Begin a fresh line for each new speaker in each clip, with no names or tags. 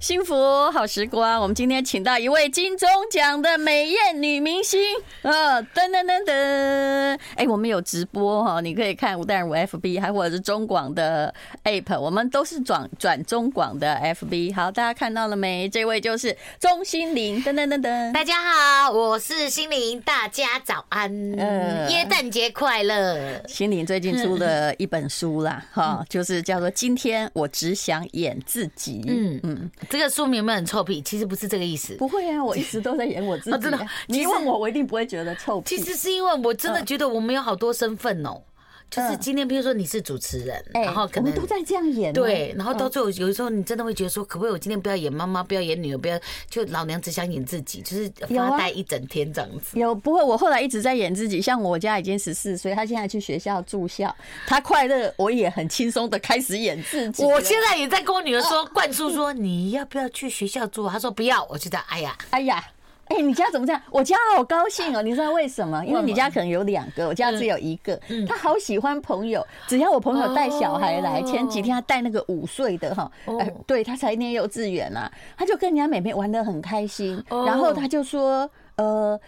幸福好时光，我们今天请到一位金钟奖的美艳女明星，呃，噔噔噔噔，哎，我们有直播哈、你可以看吴淡如 FB，还或者是中广的 App，我们都是转转中广的 FB。好，大家看到了没？这位就是钟欣凌，噔噔噔噔。
大家好，我是心灵，大家早安，
呃
耶诞节快乐！
心凌最近出了一本书啦，
嗯
哈，就是叫做《今天我只想演自己》。嗯
嗯
嗯，
这个书名有没有很臭屁？其实不是这个意思，
不会啊，我一直都在演我自己、啊。
哦真的哦
你
其实
问我，我一定不会觉得臭屁。
其实是因为我真的觉得我们有好多身份哦，就是今天，譬如说你是主持人，
哎，
然后可
我
能
们都在这样演啊、
对，然后到最后有时候你真的会觉得说，可不可以我今天不要演妈妈，不要演女儿，不要就老娘只想演自己，就是
有啊
发呆一整天这样子。
有不会，我后来一直在演自己。像我家已经十四岁，他现在去学校住校，他快乐，我也很轻松的开始演自己了。
我现在也在跟我女儿说，灌输说你要不要去学校住？她说不要，我就在哎呀，
哎呀，哎、你家怎么这样？我家好高兴哦，你知道为什么？因为你家可能有两个，我家只有一个。他好喜欢朋友，只要我朋友带小孩来，
嗯哦
前几天他带那个五岁的哈，
哦
哎，对他才念幼稚园啦，他就跟人家妹妹玩的很开心，
哦
然后他就说，呃，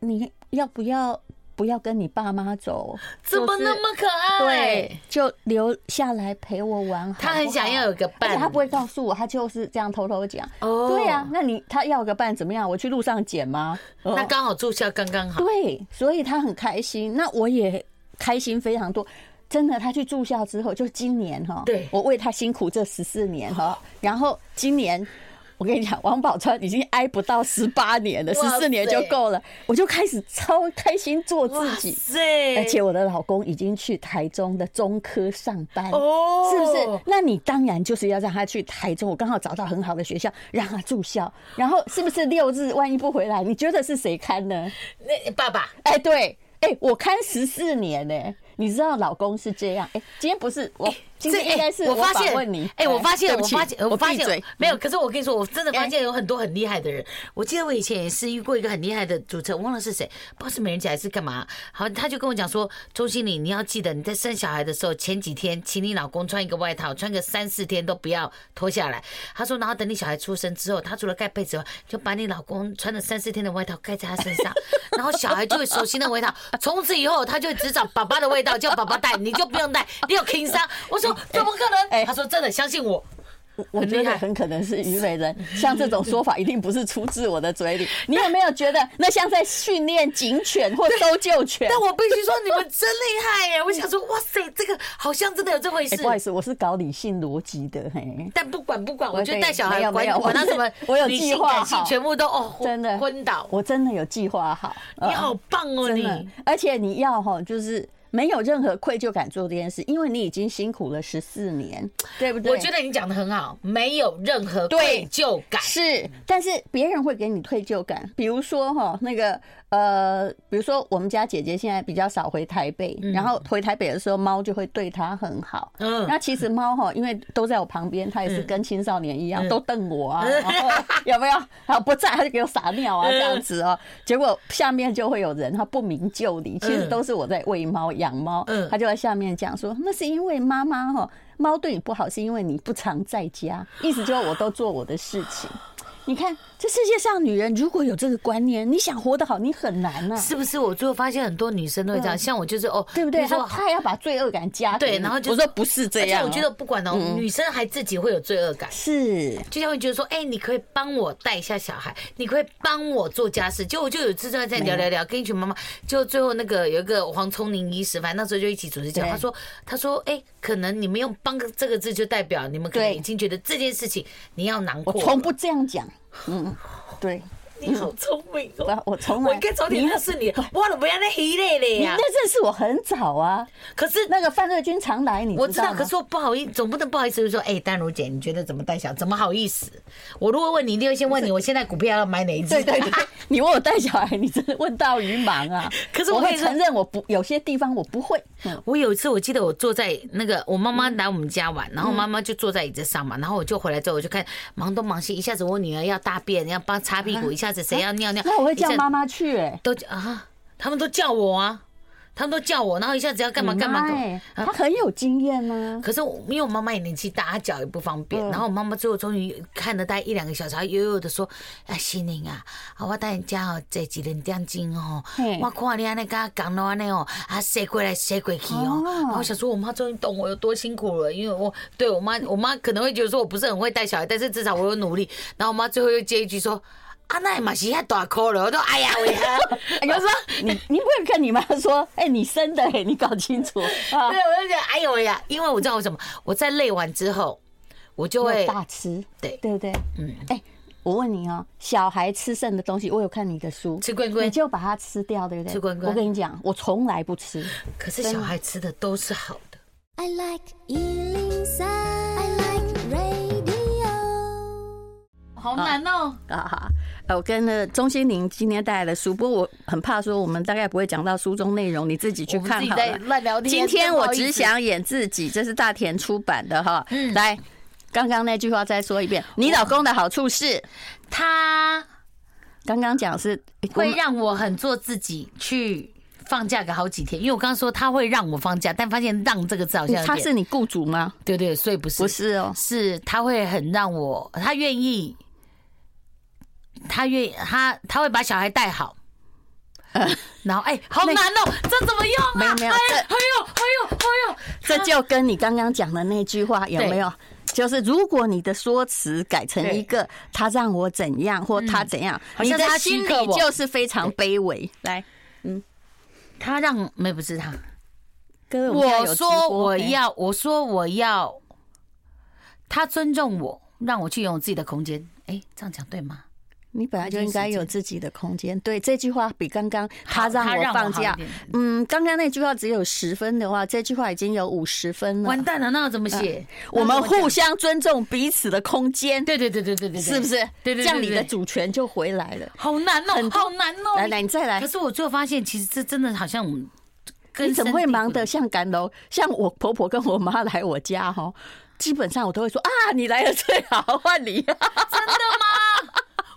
你要不要不要跟你爸妈走？
怎么那么可
就是
爱？
对，就留下来陪我玩好不好。
他很想要有个
而且
伴，
他不会告诉我，他就是这样偷偷讲。
哦
对呀、那你他要个伴怎么样？我去路上捡吗？哦
那刚好住校刚刚好。
对，所以他很开心，那我也开心非常多。真的，他去住校之后，就今年哈，
对
我为他辛苦这十四年哈，然后今年。我跟你讲，王宝钏已经挨不到十八年了，十
哇
四
塞
年就够了。我就开始超开心做
哇
自己，
塞
而且我的老公已经去台中的中科上班，
哦
是不是？那你当然就是要让他去台中，我刚好找到很好的学校，让他住校，然后是不是六日万一不回来，你觉得是谁看呢？
那爸爸
哎，对，哎，我看十四年呢、你知道老公是这样，哎，今天不是我，今天应该是
哎我发
访
现
问你，
哎，我发现，
对不
我
起
发现，我发
闭嘴
现， 没有。可是我跟你说，我真的
哎
发现有很多很厉害的人。我记得我以前也是遇过一个很厉害的主持人，我忘了是谁，不知道是美人姐还是干嘛。好，他就跟我讲说，钟欣凌，你要记得你在生小孩的时候前几天，请你老公穿一个外套，穿个三四天都不要脱下来。他说，然后等你小孩出生之后，他除了盖被子外，就把你老公穿了三四天的外套盖在他身上，然后小孩就会熟悉那个味道。从此以后，他就只找爸爸的味道，叫爸爸带，你就不用带，你有情商。我说怎么可能？
哎
他说真的，相信我。
我觉
很厉
得
害
很可能是虞美 人，像这种说法一定不是出自我的嘴里。你有没有觉得那像在训练警犬或搜救犬？
但我必须说，你们真厉害耶！我想说，哇塞，这个好像真的有这 回
哎、
事
不。好意思，我是搞理性逻辑的，嘿，
但不管不管，
我
我觉得带小
没有
孩
没有，
管管他什么
我有
理
计
性
划
感性
好
全部都哦，昏
真的
昏倒。
我真的有计划好。呃
你好棒哦，
真
你
的，而且你要哈，就是没有任何愧疚感做这件事，因为你已经辛苦了十四年，对不对？
我觉得你讲的很好，没有任何
对
愧疚感。
是，但是别人会给你愧疚感。比如说哈，那个呃，比如说我们家姐姐现在比较少回台北，然后回台北的时候，猫就会对她很好。
嗯
那其实猫哈，因为都在我旁边，它也是跟青少年一
嗯
样，都瞪我啊，然后 有没有？然后不在，它就给我撒尿
嗯
啊，这样子哦。结果下面就会有人，他不明就里，其实
嗯
都是我在喂猫、养猫
嗯，
他就在下面讲说，那是因为妈妈哈，猫对你不好，是因为你不常在家，意思就是我都做我的事情。你看，这世界上女人如果有这个观念，你想活得好，你很难呐、
是不是？我最后发现很多女生都会这样，像我就是哦，
嗯对不对？
比如
她
说
她要把罪恶感加给
对
你
然后就
我说不是这
而且
样哦、
我觉得不管哦，女生还自己会有罪恶感。
是
就像会觉得说，哎、你可以帮我带一下小孩，你可以帮我做家事。就我就有一次就在聊聊聊，跟一群妈妈，就最后那个有一个黄聪宁医师，反正那时候就一起主持讲，
对
他说，他说，哎、可能你们用“帮”这个字，就代表你们可能
对
已经觉得这件事情你要难
我
过。
从不，这样讲，嗯，对，
你好聪明
我
哦，
我从来
我应该早点
你
认识你，我怎么要那一类的
你
呀？
那认识我很早啊，
啊可是
那个范瑞军常来，你
我知道，
吗
可是我不好意思，总不能不好意思就说，哎、丹如姐，你觉得怎么带小？怎么好意思？我如果问你，一定会先问你，我现在股票要买哪一只？
对 对对，你问我带小孩，你真的问到于盲啊！
可是我
我
跟
会
你说
承认我不有些地方我不会，嗯
我有一次，我记得我坐在那个我妈妈来我们家玩，然
嗯
后妈妈就坐在椅子上嘛，然后我就回来之后，我就看忙东忙西，一下子我女儿要大便，要帮擦屁股，一下子谁要尿尿，
啊那我会
一下
叫
子
妈妈去哎、
都啊，他们都叫我啊，他们都叫我，然后一下子要干嘛干嘛
你
干
妈
嘛啊
欸。他很有经验啊呢、
可是我因为我妈妈也年纪大，她脚也不方便，
嗯
然后我妈妈最后终于看了大概一两个小时，她悠悠的说：“啊，心灵啊，啊，我带你家哦，这几人点钟哦
嘿，
我看你安尼跟她讲到安尼哦，啊，塞过来塞过去哦。
哦
然后我想说，我妈终于懂我有多辛苦了，因为我对我妈，我妈可能会觉得说我不是很会带小孩，但是至少我有努力。然后我妈最后又接一句说。啊，那也嘛是遐大颗了，我都哎呀喂呀！
有时候你你不会跟你妈说，哎、你生的、欸，你搞清楚啊
对，，我就觉得哎呦喂呀，因为我知道我什么，我在累完之后，我就
有
会
大吃，
对
对不对？
嗯
哎、我问你哦、小孩吃剩的东西，我有看你的书，
吃棍
你
棍。
就把它吃掉，对不对？
吃光光
我跟你讲，我从来不吃。
可是小孩吃的都是好的。
I like Ealing Sound. I like radio.
好难哦、
啊哈！呃我跟那钟欣凌今天带来的书，不过我很怕说我们大概不会讲到书中内容，你自己去
我们
看
自己
好
在
了。
乱聊天
今天
真不
我
好意
只
思
想演自己，这是大田出版的哈。来，刚刚那句话再说一遍。你老公的好处是，
他
刚刚讲是诶
会
我
让我很做自己去放假个好几天，因为我刚刚说他会让我放假，但发现“让”这个字好像有
他
点
是你雇主吗？
对对，所以不是
不是哦，
是他会很让我，他愿意，他愿他他会把小孩 带好。然后哎、好难哦、这怎么用啊？
没有没有
哎
这
哎呦哎呦哎呦，
这就跟你刚刚讲的那句话有没有？就是如果你的说辞改成一个“他让我怎样”或“他怎样”，
嗯好
你
像
的
他
心
欺客
里
我
就是非常卑微。来，
他让没不是他，
哥，们现在有
我
直播
说我
嘿
要，我说我要，他尊重我，让我去拥有自己的空间。哎，这样讲对吗？
你本来就应该有自己的空间。对，这句话比刚刚他
好
让
他
我
让我
放
好一
假
点，
嗯，刚刚那句话只有十分的话，这句话已经有五十分了
完。蛋了，那要怎么写？
嗯我们互
互
相尊重彼此的空间，
对对对对对对，对
是不是？
对对对，
这样你
对
的
对
主权就回来了。
好难
很
哦，
多
好难哦。
来来，你再来
可。是我最后发现，其实这真的好像跟
你怎么会忙得像赶楼？像我婆婆跟我妈来我家哈，基本上我都会说啊，你来的最好，换你、啊
真的吗？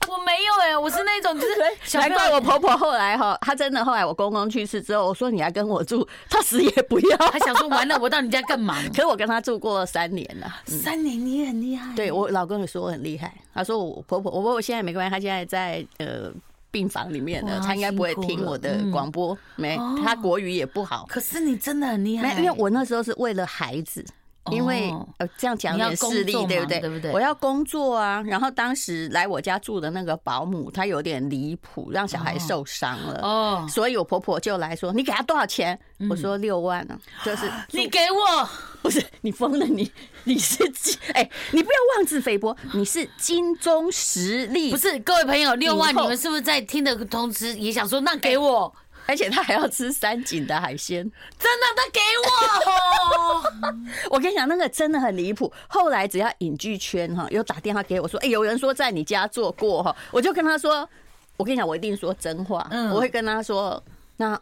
我没有哎，我是那种 就是小
难
朋友
怪我婆婆后来哈，她真的后来我公公去世之后，我说你来跟我住，她死也不要。
还想说完了，我到你家 更忙。
可是我跟她住过三年了。
三年你也很厉害，
嗯对我老公也说我很厉害，他说我婆婆，我婆婆现在没关系，她现在在呃病房里面的，
哇
她应该不会
辛苦
听
了嗯哦
我的广播，没，她国语也不好。
可是你真的很厉
没
害，，
因为我那时候是为了孩子，因为
哎哦
呃这样讲
你
有
要
点势利
工作，
对不
嘛
对？
对不对
我要工作啊，然后当时来我家住的那个保姆，她有点离谱，让小孩受伤了。
哦，嗯
所以我婆婆就来说：“你给她多少钱？”我说：“六万啊，就是
你给我。
不是你疯了你？你是金 哎、你不要妄自菲薄，你是金钟实力，
不是，各位朋友，六万，
以后
你们是不是在听的同时也想说，那给我，
而且他还要吃三井的海鲜。
真的，那给我，
我跟你讲，那个真的很离谱。后来只要影剧圈哈有打电话给我说，哎、有人说在你家做过哈，我就跟他说，我跟你讲，我一定说真话，
嗯
我会跟他说，那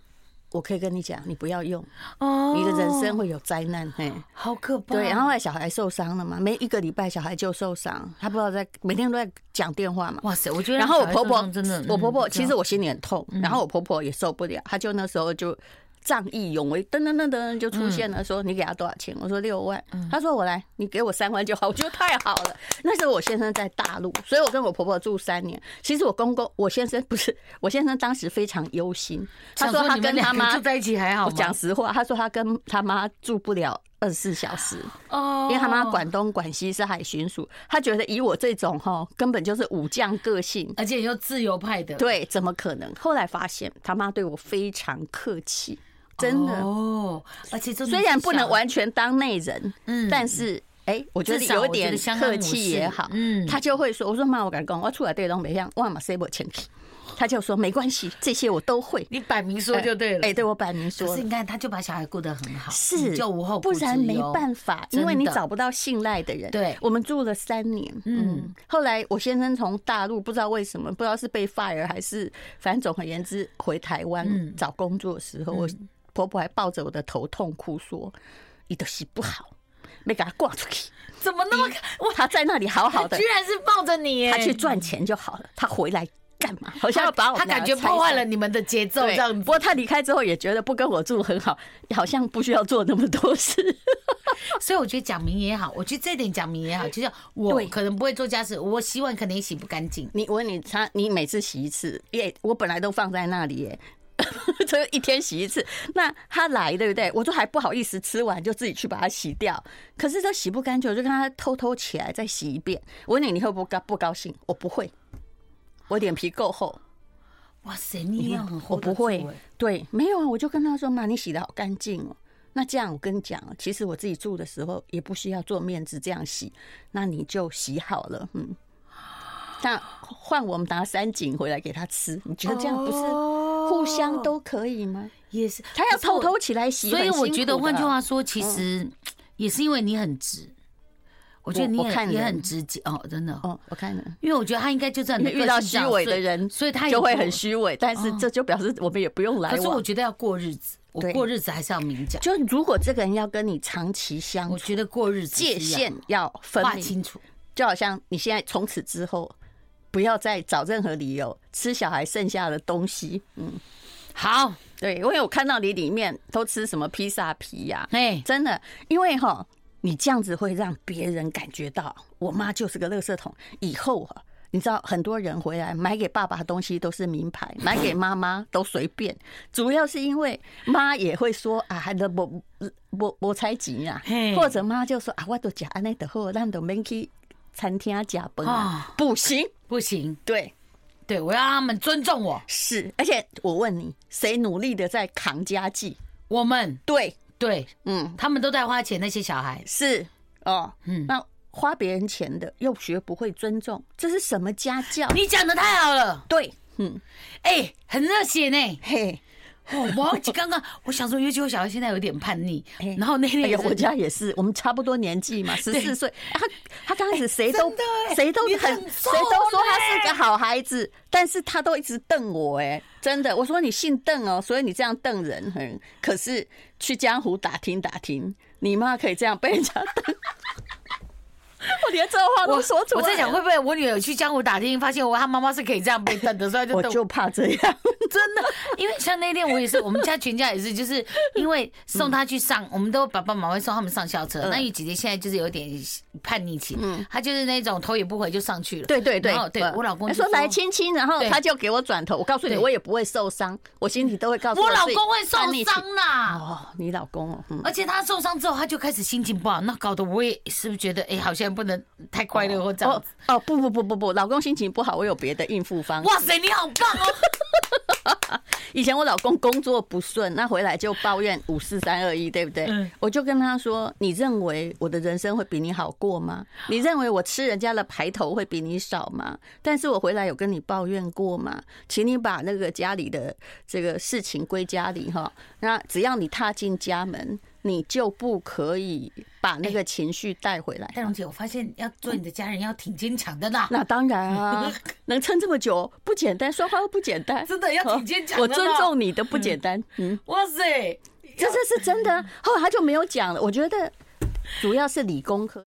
我可以跟你讲，你不要用，
哦
你的人生会有灾难，嘿。
好可怕。
对，然后后来小孩受伤了嘛，没一个礼拜小孩就受伤，他不知道在每天都在讲电话嘛，
哇塞，我觉得
然后我
小孩
婆婆
受伤真的，
我婆婆
嗯
其实我心里很痛，然后我婆婆也受不了，她就那时候就仗义勇为，噔噔噔噔就出
嗯
现了，说你给她多少钱？我说六万，她说我来，你给我三万就好，我觉得太好了。那时候我先生在大陆，所以我跟我婆婆住三年。其实我公公，我先生不是，我先生当时非常忧心，他
想
说
说
他
你
跟
们
他
两个
妈
住在一起还好
我
吗？
讲实话，他说他跟他妈住不了二十四小时，
哦
因为他妈，管东管西是海巡署，他觉得以我这种哈，根本就是武将个性。
而且又自由派的，
对，怎么可能？后来发现他妈对我非常客气，真的。
哦，而且真的
虽然不能
小，
完全当内人，
嗯
但是哎、我觉得
至少
有
我觉
点
得相安
客
无
气也
事
好，
嗯
他就会说：“我说妈，我敢讲，我出来对东北向，我嘛 say 不清楚。”他就说：“没关系，这些我都会。
你摆明说就对了。
哎、对我摆明说
可是
了
你看，他就把小孩顾得很好，
是，
就无后
不
顾之忧，
然没办法，因为
真
你
的
找不到信赖的人。
对
我们住了三年，嗯，后来我先生从大陆不知道为什么，不知道是被 fire 还是，反正总而言之回台湾
嗯
找工作的时候，我婆婆还抱着我的头痛哭说：“你的洗不好，没给他挂出 去，
怎么那么我
他在那里好好的
居，然是抱着你耶，
他去赚钱就好了，他回来干嘛？好像要把我
他
们
感
俩
觉
拆
破坏
散
了。你们的节奏，这
对，
样子
不。过他离开之后也觉得不跟我住很好，好像不需要做那么多事。
所以我觉得讲明也好，我觉得这点讲明也好，就是我
对
可能不会做家事，我洗碗可能也洗不干净。
你我问你，他你每次洗一次，耶，我本来都放在那里耶。 就一天洗一次，那他来对不对？我都还不好意思吃完就自己去把它洗掉，可是都洗不干净，我就看他偷偷起来再洗一遍。我问你，你会不高不高兴？我不会，我脸皮够厚，
哇塞，你也很
我
hold 得
不
住
会
欸。
对，没有啊，我就跟他说：“妈，你洗的好干净哦。”那这样我跟你讲哦，其实我自己住的时候也不需要做面子这样洗，那你就洗好了，嗯。那换我们拿三井回来给他吃，你觉得这样不是互相都可以吗？
也是，
他要
哦可是我
偷偷起来洗，
所以
很辛
我觉得，
苦的嗯
换句，话说，其实也是因为你很直，我觉得
我
你
我
很
看
也
人
很直接哦，真的哦。
哦，我看了。
因为我觉得他应该就这样，
因为遇到虚伪的人，
所以他也
就会
不哦
很。虚伪，但是这就表示我们也不用来
可是我
往。
觉得要过日子，我
对
过日子还是要明讲。
就如果这个人要跟你长期相
我
处，
觉得过日子是
界
要
限要分
划
明，
清楚。
就好像你现在从此之后，不要再找任何理由吃小孩剩下的东西。
好，
对，因为我看到你里面都吃什么披萨皮呀、
哎，
真的，因为哈，你这样子会让别人感觉到我妈就是个垃圾桶。以后哈，你知道很多人回来买给爸爸的东西都是名牌，买给妈妈都随便，主要是因为妈也会说啊，还得我我我才钱啊
嘿，
或者妈就说啊，我都吃安内的好，咱都免去餐厅假饭啊
啊，
不行，
不行，
对。
对我要让他们尊重我，
是，而且我问你，谁努力的在扛家计？
我们
对，
对
嗯，
他们都在花钱，那些小孩
是哦，
嗯
那花别人钱的又学不会尊重，这是什么家教？
你讲的太好了，
对，嗯，
哎、很热血呢。
嘿，
哦，我刚刚我想说，尤其我小孩现在有点叛逆
哎，
然后那天
哎
也
呀，
是
我家也是，我们差不多年纪嘛，十四岁，哎他他刚开始谁都
真的哎
谁都
你
很
很
谁
重
都说他是个好孩子，但是他都一直瞪我，哎，真的，我说你姓邓哦，所以你这样瞪人，嗯，可是去江湖打听打听，你妈可以这样被人家瞪。 我连这话都说出来
我
了，
在想会不会我女儿去江湖打听，发现我她妈妈是可以这样被瞪的，所以她就
我
瞪
就怕这样。
真的， 因为像那天我也是，我们家全家也是，就是因为 送他去上，我们都爸爸妈妈会送他们上校
嗯
车。那玉姐姐现在就是有点叛逆期，她就是那种头也不回就上去了。
对对对
然后，对
嗯
我老公
他
就
说来亲亲，然后
对
他就给我转头。我告诉你，
对
我也不会受伤，我心里都会告诉
我老
自己
公会受
叛逆期
伤啦。
哦，你老公哦，嗯，
而且他受伤之后，他就开始心情不好，那搞得我也是不是觉得，哎，好像不能太快乐或这样
哦
子。
哦不不不不不，老公心情不好，我有别的应付方式。
哇塞，你好棒哦！
以前我老公工作不顺，那回来就抱怨五四三二一，对不对？
嗯
我就跟他说：“你认为我的人生会比你好过吗？你认为我吃人家的排头会比你少吗？但是我回来有跟你抱怨过吗？请你把那个家里的这个事情归家里哈。那只要你踏进家门，你就不可以把那个情绪带回来。
戴荣姐，我发现要做你的家人要挺坚强的 啦。
那当然啊， 能撑这么久不简单，说话都不简单， 哦
真的要挺坚强的
我
啦
尊重你的不简单，嗯。”
哇塞，
这这是真的啊。后来他就没有讲了。我觉得主要是理工科。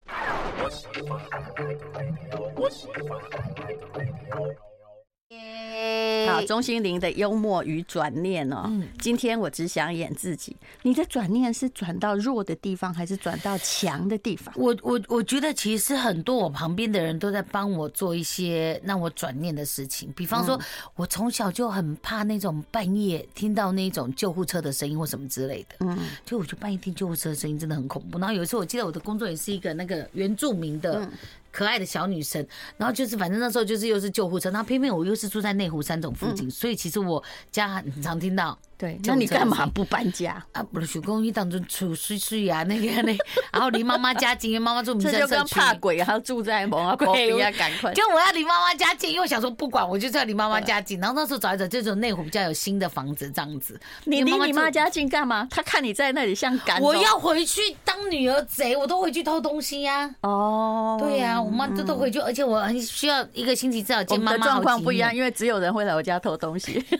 好，钟欣凌的幽默与转念哦。
嗯
今天我只想演自己。你的转念是转到弱的地方，还是转到强的地方？
我我我觉得其实很多我旁边的人都在帮我做一些让我转念的事情，比方说，
嗯
我从小就很怕那种半夜听到那种救护车的声音或什么之类的，嗯，就我就半夜听救护车的声音真的很恐怖。然后有一次我记得我的工作也是一个那个原住民
嗯
的可爱的小女生，然后就是反正那时候就是又是救护车，然后偏偏我又是住在内湖三种附
嗯
近，所以其实我家很常听到。
对，那
这种
你
真的
干嘛
是
不搬家？
啊，不是想讲伊当中厝水水啊，那个那，然后离妈妈家近，因为妈妈住民
这
生
就
社
跟
区。
怕鬼，然后住在蒙阿波比亚赶快。
就我要离妈妈家近，因为我想说不管，我就是要离妈妈家近。然后那时候找一找，这种内湖比较有新的房子这样子。
你
因为
离你
住
妈，家近干嘛？他看你在那里像赶走。
我要回去当女儿贼，我都回去偷东西呀、
哦，
对呀、我妈都都回去，而且我很需要一个星期至少
我
见
们
妈
的
妈好
状况
几
不一样，
面
因为只有人会来我家偷东西。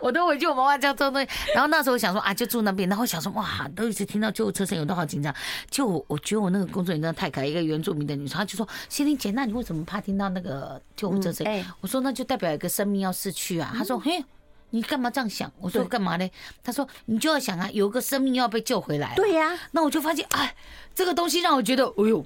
我都回去我妈妈家做东西。然后那时候我想说啊，就住那边，然后想说哇，都一直听到救护车声音，我都好紧张。就我我觉得我那个工作人员真的太可爱，一个原住民的女生，她就说：“心玲姐，那你为什么怕听到那个救护车声音？”
嗯哎嗯
我说：“那就代表一个生命要逝去啊。她说：“嘿。”你干嘛这样想？我说
对
干嘛呢？她说你就要想啊，有一个生命要被救回来。 啊
对呀、
那我就发现，哎，这个东西让我觉得，哎呦，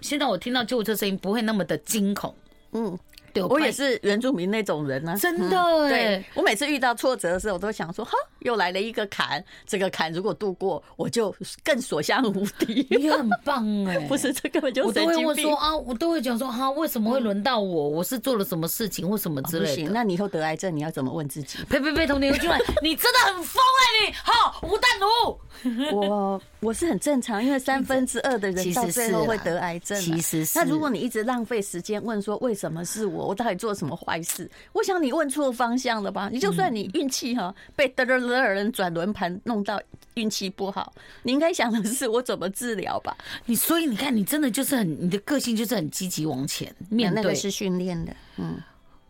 现在我听到救护车声音不会那么的惊恐。
嗯，
对
我也
怕
是原住民那种人呢、啊。
真的哎
对，我每次遇到挫折的时候，我都想说，哈，又来了一个坎，这个坎如果度过，我就更所向无敌。
你很棒哎、
不是，。这根本就
我
是
都
神
会
经
问
病
说。啊，我都会讲说啊，为什么会轮到我？我是做了什么事情或什么之
啊不
类
行，
的。
那你以后得癌症，你要怎么问自己？
呸呸呸！童年游击队，你真的很疯哎、你好吴淡如。
我我是很正常，因为三分之二的
其
人
实
到最
是
后会
啦
得癌症啊。
其实是
那如果你一直浪费时间问说为什么是我，我到底做什么坏事？我想你问错方向了
嗯
吧？你就算你运气哈被嘚嘚嘚的人转轮盘弄到运气不好，你应该想的是我怎么治疗吧？
你所以你看，你真的就是很，你的个性就是很积极往前面
啊那
对。
个是训练的，嗯，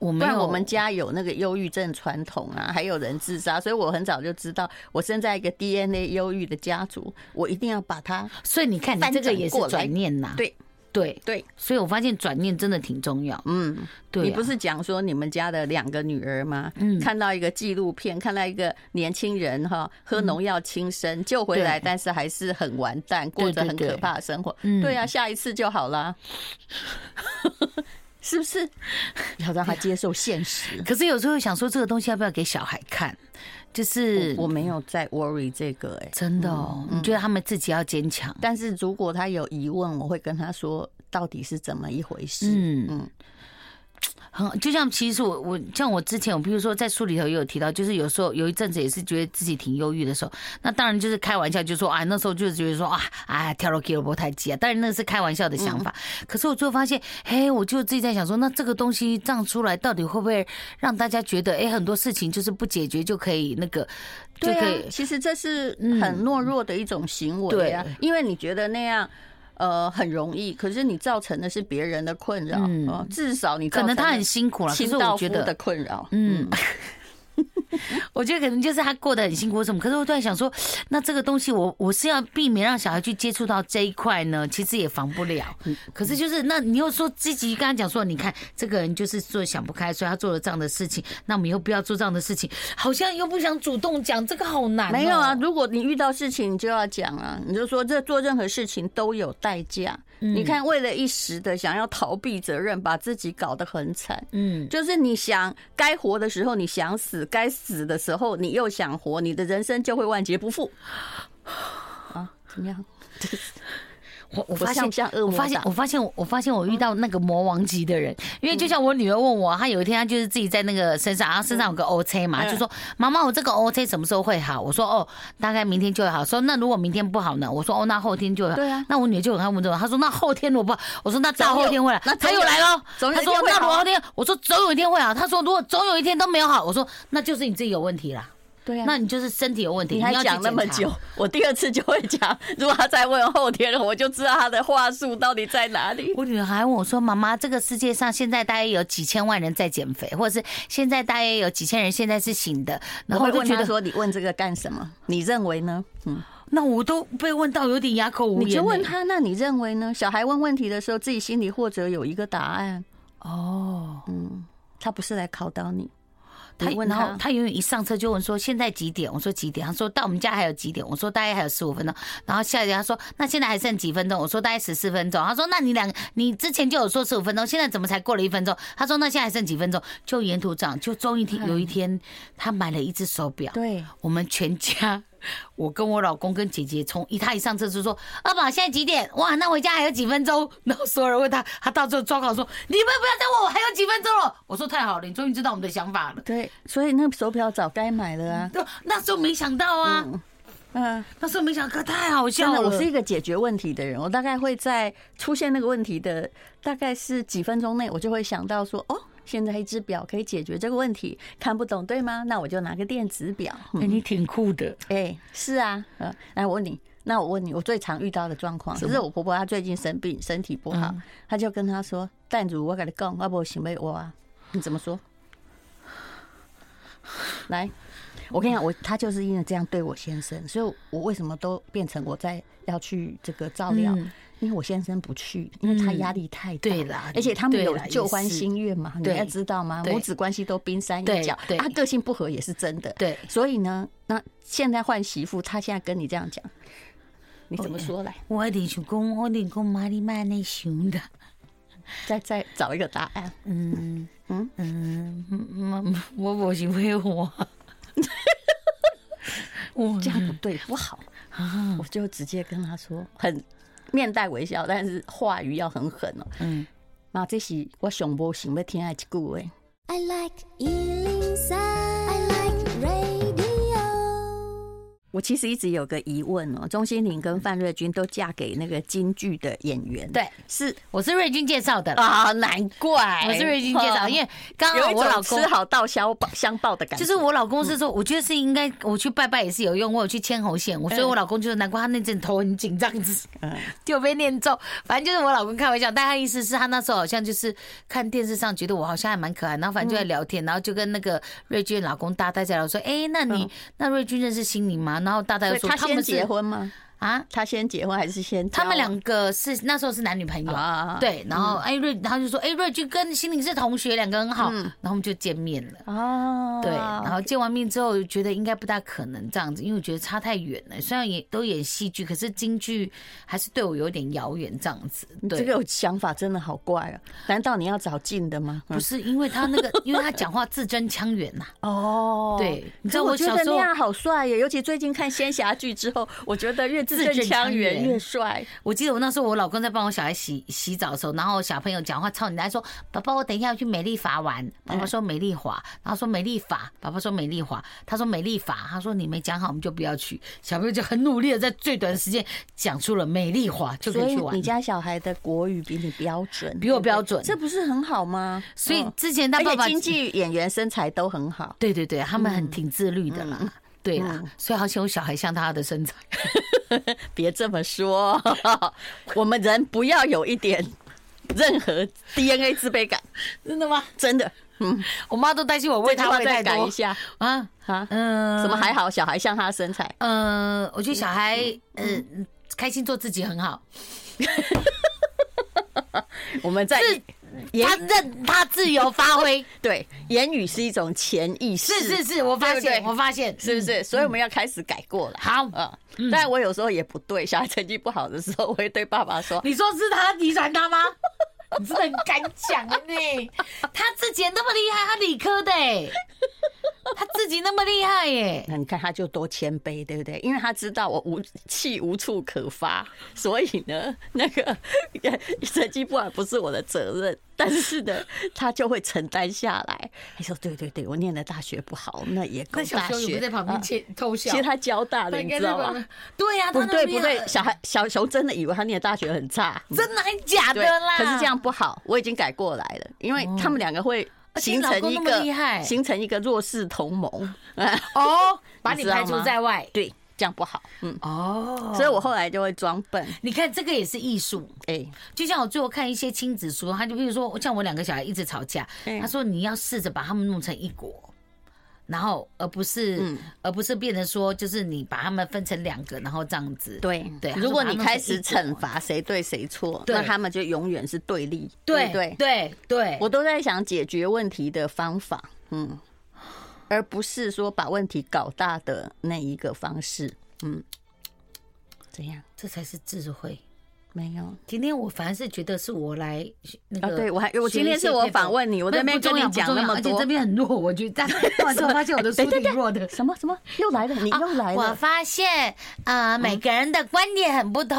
我
不
没
然
有，
我们家有那个忧郁症传统啊，还有人自杀，所以我很早就知道，我生在一个 DNA 忧郁的家族，我一定要把它
所以你看，你
翻
这个
转
也是
过来
转念呐、
对
对，
对，
所以我发现转念真的挺重要。
嗯。
对、啊
你不是讲说你们家的两个女儿吗？
嗯
看到一个纪录片，看到一个年轻人哈喝农药轻生救回来，
对
但是还是很完蛋，过着
对
很
对
可怕的生活。
嗯
对啊，下一次就好 啦，是不是？要让他接 受现实。
可是有时候想说，这个东西要不要给小孩看？就是
我没有在 worry 这个哎、
真的哦，你觉得他们自己要坚强？
但是如果他有疑问，我会跟他说到底是怎么一回事。
嗯
嗯
很就像其实我我像我之前我比如说在书里头也有提到，就是有时候有一阵子也是觉得自己挺忧郁的时候，那当然就是开玩笑，就说啊那时候就是觉得说啊啊跳楼 k 萝卜太急啊，当然那是开玩笑的
嗯
想法。可是我就发现，嘿，我就自己在想说，那这个东西这样出来，到底会不会让大家觉得，哎，很多事情就是不解决就可以那个，就
对
可
啊
以，嗯
其实这是很懦弱的一种行为啊，
对
因为你觉得那样。呃，很容易，可是你造成的是别人的困扰、
嗯
哦至少你
可
造
能
成
他
的
很辛苦了，啊可
清
是
道
我
夫
觉
的
得。
困扰，
嗯，我觉得可能就是他过得很辛苦什么，可是我突然想说，那这个东西我我是要避免让小孩去接触到这一块呢，其实也防不了。
嗯
可是就是那你又说积极跟他讲说，你看这个人就是做想不开，所以他做了这样的事情，那我们以后不要做这样的事情，好像又不想主动讲，这个好难、哦
没有啊，，如果你遇到事情，你就要讲啊，你就说这做任何事情都有代价。
嗯
你看，为了一时的想要逃避责任，把自己搞得很惨。
嗯，
就是你想该活的时候，你想死；该死的时候，你又想活，你的人生就会万劫不复。啊，怎么样？
我我
我
发
像
现
不像恶魔
我
嗯
发现
党，
我发现我，我发现我遇到那个魔王级的人，因为就像我女儿问我，她有一天她就是自己在那个身上，然后啊身上有个 OC 嘛，
嗯
就说妈妈，我这个 OC 什么时候会好？我说哦，大概明天就会好。说那如果明天不好呢？我说哦，那后天就会好。
对啊
那我女儿就很爱问这种，她说那后天如果不好，我说那大后天会来
总有，那
她
总有
又来了。
总有
她
一
说
天会好啊
那如果后天，我说总有一天会好。她说如果总有一天都没有好，我说那就是你自己有问题啦，
对
那你就是身体有问题，
嗯你还
要去
讲那么
检查
久，我第二次就会讲。如果他再问后天了，我就知道他的话术到底在哪里。
我女儿还问我说：“妈妈，这个世界上现在大约有几千万人在减肥，或者是现在大约有几千人现在是醒的。” 然后
会
我就
问
觉
他
得，
说：“你问这个干什么？你认为呢？”嗯，
那我都被问到有点哑口无言。欸
你就问他，那你认为呢？小孩问问题的时候，自己心里或者有一个答案。
哦，
他不是来考倒你，
他
你问
然后
他，
他永远一上车就问说：“现在几点？”我说：“几点？”他说：“到我们家还有几点？”我说：“大概还有十五分钟。”然后下一个他说：“那现在还剩几分钟？”我说：“大概十四分钟。”他说：“那你两你之前就有说十五分钟，现在怎么才过了一分钟？”他说：“那现在还剩几分钟？”就沿途这样，就终于听有一天他买了一只手表。
对，
我们全家，我跟我老公跟姐姐从一他一上车就说：“阿宝，现在几点？哇，那回家还有几分钟。”然后所有人问他，他到最后抓狂说：“你们不要再问我还有几分钟了。”我说：“太好了，你终于知道我们的想法了。
对，所以那个手表早该买了啊。
对”那时候没想到啊，
嗯，
那时候没想到，太好
真
笑
的，
了。嗯
我是一个解决问题的人，我大概会在出现那个问题的大概是几分钟内，我就会想到说，哦，现在一只表可以解决这个问题，看不懂对吗？那我就拿个电子表。嗯
哎你挺酷的，
哎、是啊，呃，来我问你，那我问你，我最常遇到的状况，就是我婆婆她最近生病，身体不
嗯
好，她就跟她说：“ 淡如，我跟你讲，我不行为我啊。”你怎么说？
来，
我跟你讲，我他就是因为这样对我先生，所以我为什么都变成我在要去这个照料，
嗯
因为我先生不去，因为他压力太大。
对啦
而且他们
对
有
啦
旧
也
欢
是
新怨嘛，你
对
要知道吗？
对
母子关系都冰山
对
一角，
对
他个性不合也是真的。
对
所以呢，那现在换媳妇，他现在跟你这样讲，你怎么说来？
我有点想讲，我有点讲妈你妈那想的，
再再找一个答案。
嗯嗯嗯，我我是会 我，我啊
这样不对不好，我就直接跟他说，很面带微笑，但是话语要很狠哦。
嗯，
妈，这是我想无想要听的一句话。
I like Ealing Sound. I like radio.
我其实一直有个疑问哦，钟欣凌跟范瑞君都嫁给那个京剧的演员，
对，
是
我是瑞君介绍的啦，
啊，难怪啊
我是瑞君 介绍，因
为
为刚好
有一
我
种
老公
吃好到相报相报的感觉，
就是我老公是说，我觉得是应该我去拜拜也是有用，我有去牵红线，
嗯
我所以我老公就是难怪他那阵头很紧这样子， 就被念咒。反正就是我老公开玩笑，但他意思是他那时候好像就是看电视上觉得我好像还蛮可爱，然后反正就在聊
嗯
天，然后就跟那个瑞君老公大大在聊说，哎，那你那瑞君认识心灵吗？然后大大
嗯所
又
以
说
他先
们是
结婚吗？
啊，
他先结婚还是先交
他
往？
们两个是那时候是男女朋友
啊
对，然后哎瑞，他就说哎瑞君跟心灵是同学，两个很
嗯
好，然后我们就见面了。
哦，
对，然后见完面之后，觉得应该不大可能这样子，因为我觉得差太远了。虽然也都演戏剧，可是京剧还是对我有点遥远这样子。
你这
对，
个想法真的好怪啊！难道你要找近的吗？
不是因为他那个，因为他讲话字正腔圆啊呐、
哦，
对你
可
知
是
道
我
我
觉
小
得
时
那
候
样好帅耶，尤其最近看仙侠剧之后，我觉得越字正腔圆越帅。
我记得我那时候我老公在帮我小孩洗洗澡的时候，然后小朋友讲话超你来说：“宝宝，我等一下要去美丽华玩。”爸爸说美丽华，然后说美丽法，爸爸说美丽华，他说美丽法，他说你没讲好，我们就不要去。小朋友就很努力的在最短的时间讲出了美丽华，就可
所
以
以
去玩
你。家小孩的国语比你标准，
比我标准
这不是很好吗？
所以
嗯
之前他
而
爸
且
爸
京剧演员身材都很好，
对对对，他
嗯
们很挺自律的啦。对啦，所以好想我小孩像他的身材，
别这么说， 我们人不要有一点任何 DNA 自卑感，
真的吗？
真的。
我妈都担心我喂他
这句话
喂
再
太
改
多
一下
啊，
啊，
嗯，
怎么还好？小孩像他身 材，
嗯，我觉得小孩嗯开心做自己很好，
我们在
是
言
他任他自由发挥，
对言语是一种潜意识，
是是是，我发
对
现
不对
我发现
是不是？所以我们要开始改过了。
嗯好？
嗯，但我有时候也不对，小孩成绩不好的时候，我会对爸爸 说
你说是他遗传他吗？ 你真的很敢讲呢、他自己也那么厉害，他理科的、欸，他自己那么厉害耶、：“
那你看他就多谦卑，对不对？因为他知道我无气无处可发， 所以呢，那个成绩不好不是我的责任， 但是呢，他就会承担下来。你说对对对，我念的大学不好，那也够
那小
大
时候有没
学
有在旁边窃偷笑？
啊其实他交大的，
他应
你
该
知
在
道
旁边
吗？？
对呀、他
不
那
对
边
不对
啊，
小孩小熊真的以为他念大学很差，
真的还假的
对，
啦？
可
哦
是这样不好，我已经改过来了，因为他们两个会
而且
形
老
成
公
一
那么
个
厉害
形成一个弱势同盟，
哦，把
你
你
知道
排除
吗
在外
对，这样不好，嗯，
哦。
所以我后来就会装笨，
你看这个也是艺术，
哎，
就像我最后看一些亲子书，他就比如说像我两个小孩一直吵架，
嗯
他说你要试着把他们弄成一国。然后，而不是，
嗯
而不是变成说，就是你把他们分成两个，然后这样子。
对
嗯
嗯
对，
如果你开始
他说把它弄成一
惩
国
罚谁对谁错，
对
那他们就永远是对立，
对
不对，
对对，
我都在想解决问题的方法，嗯，而不是说把问题搞大的那一个方式，嗯，怎样？
这才是智慧。
没有。
今天我反而是觉得是我来那个
啊对我还我
学
今天
一些
是我
配方
访问你我在那边
不重要
跟你讲
不重要
那么多
而且这边很弱，我觉 得。但是我发现我的书挺弱的。
什么什么又来了？你又来了？
哦啊我发现，呃，每个人的观点很不同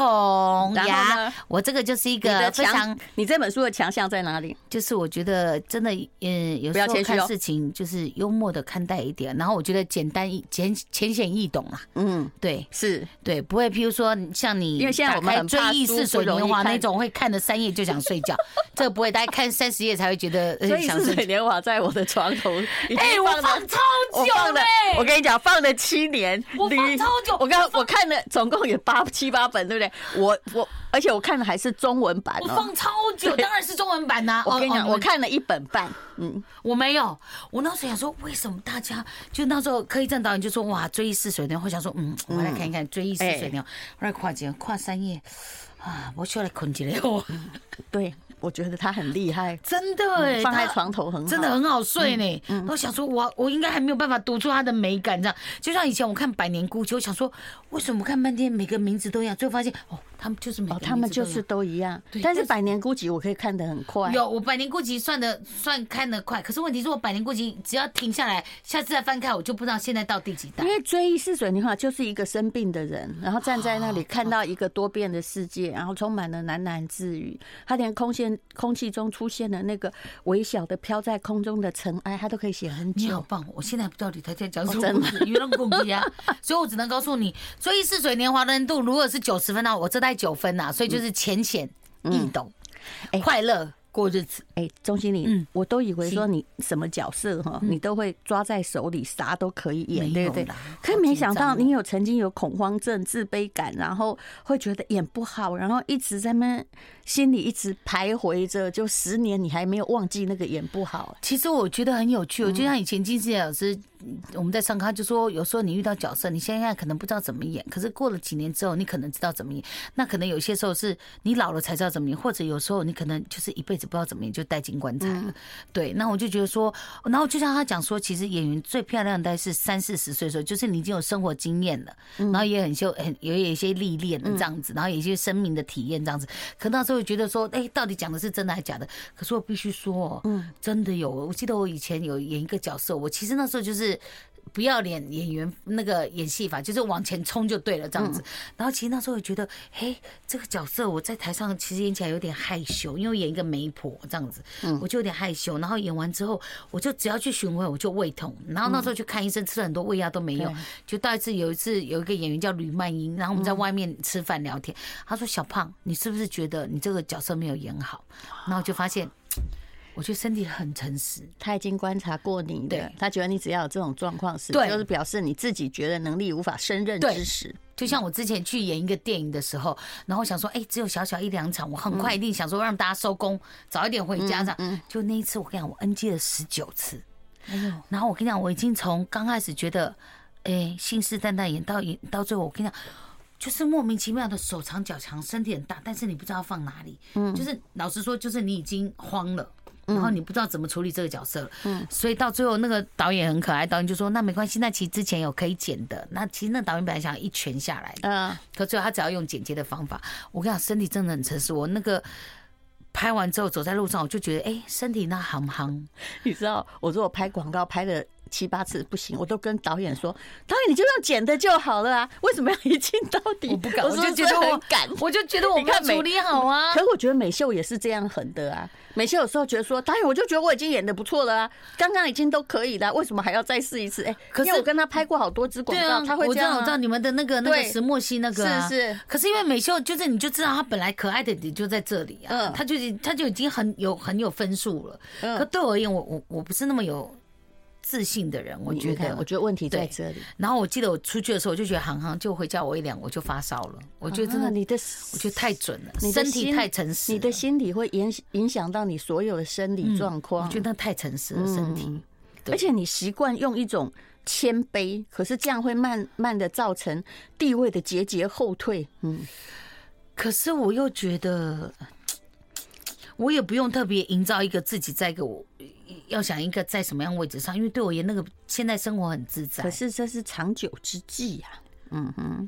嗯然后呢
呀。我这个就是一
你的
个非常
强，，你这本书的强项在哪里？
就是我觉得真的，嗯，
不
有时
要
候
谦虚哦
看事情就是幽默的看待一点，然后我觉得简单易简浅显易懂啦。
嗯，
对
是
对，不会，譬如说像你，
因为现在我们很怕
追忆
书
似水
不容易
年华
看
那种，会看了三页就想睡 觉，这个不会，大概看三十页才会觉得呃
所以
想
是
睡
水
觉。
年华在我的床头，已
哎、
经
我
放
放
了。
超
我
久
放
嘞
了，，我跟你讲，放了七年，
我放
你
超久
我刚我看了，总共有八七八本，对不对？我我而且我看的还是中文版
我
哦。
放超久，当然是中文版呐、
我跟你讲，
哦
我看了一本半，嗯，
我没有，我那时候想说，为什么大家就那时候柯一正导演就说哇，追忆似水牛，我想说嗯，我来看一看追忆似水
哎
牛，我来跨几跨三页啊，我需要来捆起来哦，
嗯对，我觉得他很厉害，
真的哎，
嗯放在
他
床头很好，嗯
真的很好睡呢。我想说我，我应该还没有办法读出它的美感，这样就像以前我看《百年孤寂》，我想说为什么看半天每个名字都一样，最后发现哦，他们就是每个
哦
名，字都一样、
他们就是都一样。但是《百年孤寂》我可以看得很快，
有我《百年孤寂》算的算看得快，可是问题是我《百年孤寂》只要停下来，下次再翻开我就不知道现在到第几代
因。为追忆似水年华就是一个生病的人，然后站在那里看到一个多变的世界，然后充满了喃喃自语。他连空线空气中出现的那个微小的飘在空中的尘埃，他都可以写很
你好
久。
棒！我现在不知道你他在讲什
哦
么
真
故
的
事，娱乐故事啊， 所以我只能告诉你，《追忆似水年华》的人度如果是九十分呢、我这带九分呐、啊所以就是浅显易懂，
嗯哎
快乐过日子。
哎，钟欣
嗯
凌，我都以为说你什么角色哈，你都会抓在手里，啥都可以演，
没
对
有
不对
啦？
可
好
没
紧
想
张
到
哦
你有曾经有恐慌症、自卑感，然后会觉得演不好，然后一直在那心里一直徘徊着，就十年你还没有忘记那个演不好。
其实我觉得很有
嗯
趣，哦，就像以前金志老师，嗯我们在上课他就说，有时候你遇到角色，你现在可能不知道怎么演，可是过了几年之后，你可能知道怎么演。那可能有些时候是你老了才知道怎么演，或者有时候你可能就是一辈子不知道怎么演，就带进棺材
嗯
了。对，那我就觉得说，然后就像他讲说，其实演员最漂亮的大概是三四十岁的时候，就是你已经有生活经验了，然后也很秀，很也有一些历练了这样子，然后有一些生命的体验这样子。可那时候觉得说，哎，到底讲的是真的还是假的？可是我必须说，嗯，真的有。我记得我以前有演一个角色，我其实那时候就是。不要脸演员那个演戏法，就是往前冲就对了这样子。然后其实那时候我觉得，嘿，这个角色我在台上其实演起来有点害羞，因为我演一个媒婆这样子，我就有点害羞。然后演完之后，我就只要去巡回我就胃痛，然后那时候去看医生，吃了很多胃药都没用。就到一次有一次有一个演员叫吕曼英，然后我们在外面吃饭聊天，他说：“小胖，你是不是觉得你这个角色没有演好？”然后我就发现，我觉得身体很诚实，
他已经观察过你的
对，
他觉得你只要有这种状况时，
对
就是表示你自己觉得能力无法胜任
对
之时，
就像我之前去演一个电影的时候，然后我想说，哎、只有小小一两场，我很快一定想说让大家收工，早一点回家这样。就那一次，我跟你讲，我 NG 了十九次。然后我跟你讲，我已经从刚开始觉得，哎、信誓旦旦演到演到最后，我跟你讲。就是莫名其妙的手长脚长，身体很大，但是你不知道放哪里。嗯，就是老实说，就是你已经慌了，然后你不知道怎么处理这个角色了。嗯，所以到最后那个导演很可爱，导演就说：“那没关系，那其实之前有可以剪的。那其实那导演本来想一拳下来的，
嗯、
可最后他只要用剪接的方法，我跟你讲，身体真的很诚实。我那个拍完之后走在路上，我就觉得，哎、身体那行行，
你知道，我如果拍广告拍了七八次不行，我都跟导演说，导演你就让剪的就好了啊，为什么要一镜到底？
我不敢，我
说
就觉
真
得
的
我
很敢。
我就觉得 我
你
没有
看美
处理好啊
可。我觉得美秀也是这样狠的啊。美秀有时候觉得说，导演我就觉得我已经演的不错了啊，刚刚已经都可以了啊，为什么还要再试一次？哎、
可
因为
是
我跟他拍过好多支广
对
告，
啊，
他会
我
这
知道，
样、
我知道
啊。
你们的那个那个
对
石墨烯那个、啊、
是是
可是因为美秀就是你就知道她本来可爱的点就在这里啊，
嗯
她就已她就已经很有很有分数了。可对我而言，我我我不是那么有自信的人，我
你
觉
看
得，
我觉得问题在
对
这里。
然后我记得我出去的时候，我就觉得航航就回家我一量我就发烧了，我觉得真的，
啊你的，
我觉得太准了，
你的
身体
心
太诚实了，嗯
你的心理会影影响到你所有的生理状
我
况。
觉得太诚实了，身
嗯
体。对
而且你习惯用一种谦卑，可是这样会慢慢的造成地位的节节后退。嗯，
可是我又觉得，我也不用特别营造一个自己在一个我要想一个在什么样位置上，因为对我而言，那个现在生活很自在
啊可。是这是长久之计呀、嗯哼，